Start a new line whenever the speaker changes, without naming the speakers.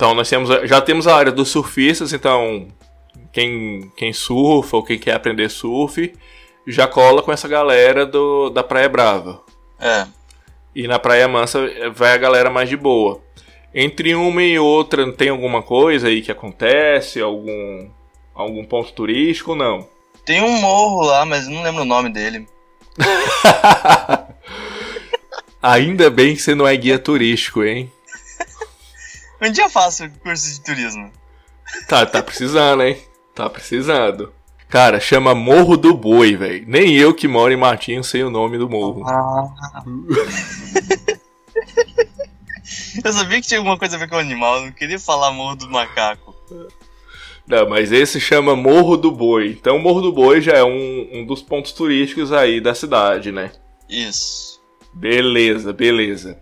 Então nós temos, já temos a área dos surfistas, então quem, quem surfa ou quem quer aprender surf já cola com essa galera do, da Praia Brava.
É.
E na Praia Mansa eh, vai a galera mais de boa. Entre uma e outra tem alguma coisa aí que acontece, algum algum ponto turístico ou não?
Tem um morro lá, mas não lembro o nome dele.
Ainda bem que você não é guia turístico, hein?
Um dia eu faço curso de turismo.
Tá, tá precisando, hein? Tá precisando. Cara, chama Morro do Boi, velho. Nem eu que moro em Matinho sei o nome do morro.
Ah. eu sabia que tinha alguma coisa a ver com animal, eu não queria falar Morro do Macaco.
Não, mas esse chama Morro do Boi. Então, Morro do Boi já é um, um dos pontos turísticos aí da cidade, né?
Isso.
Beleza, beleza.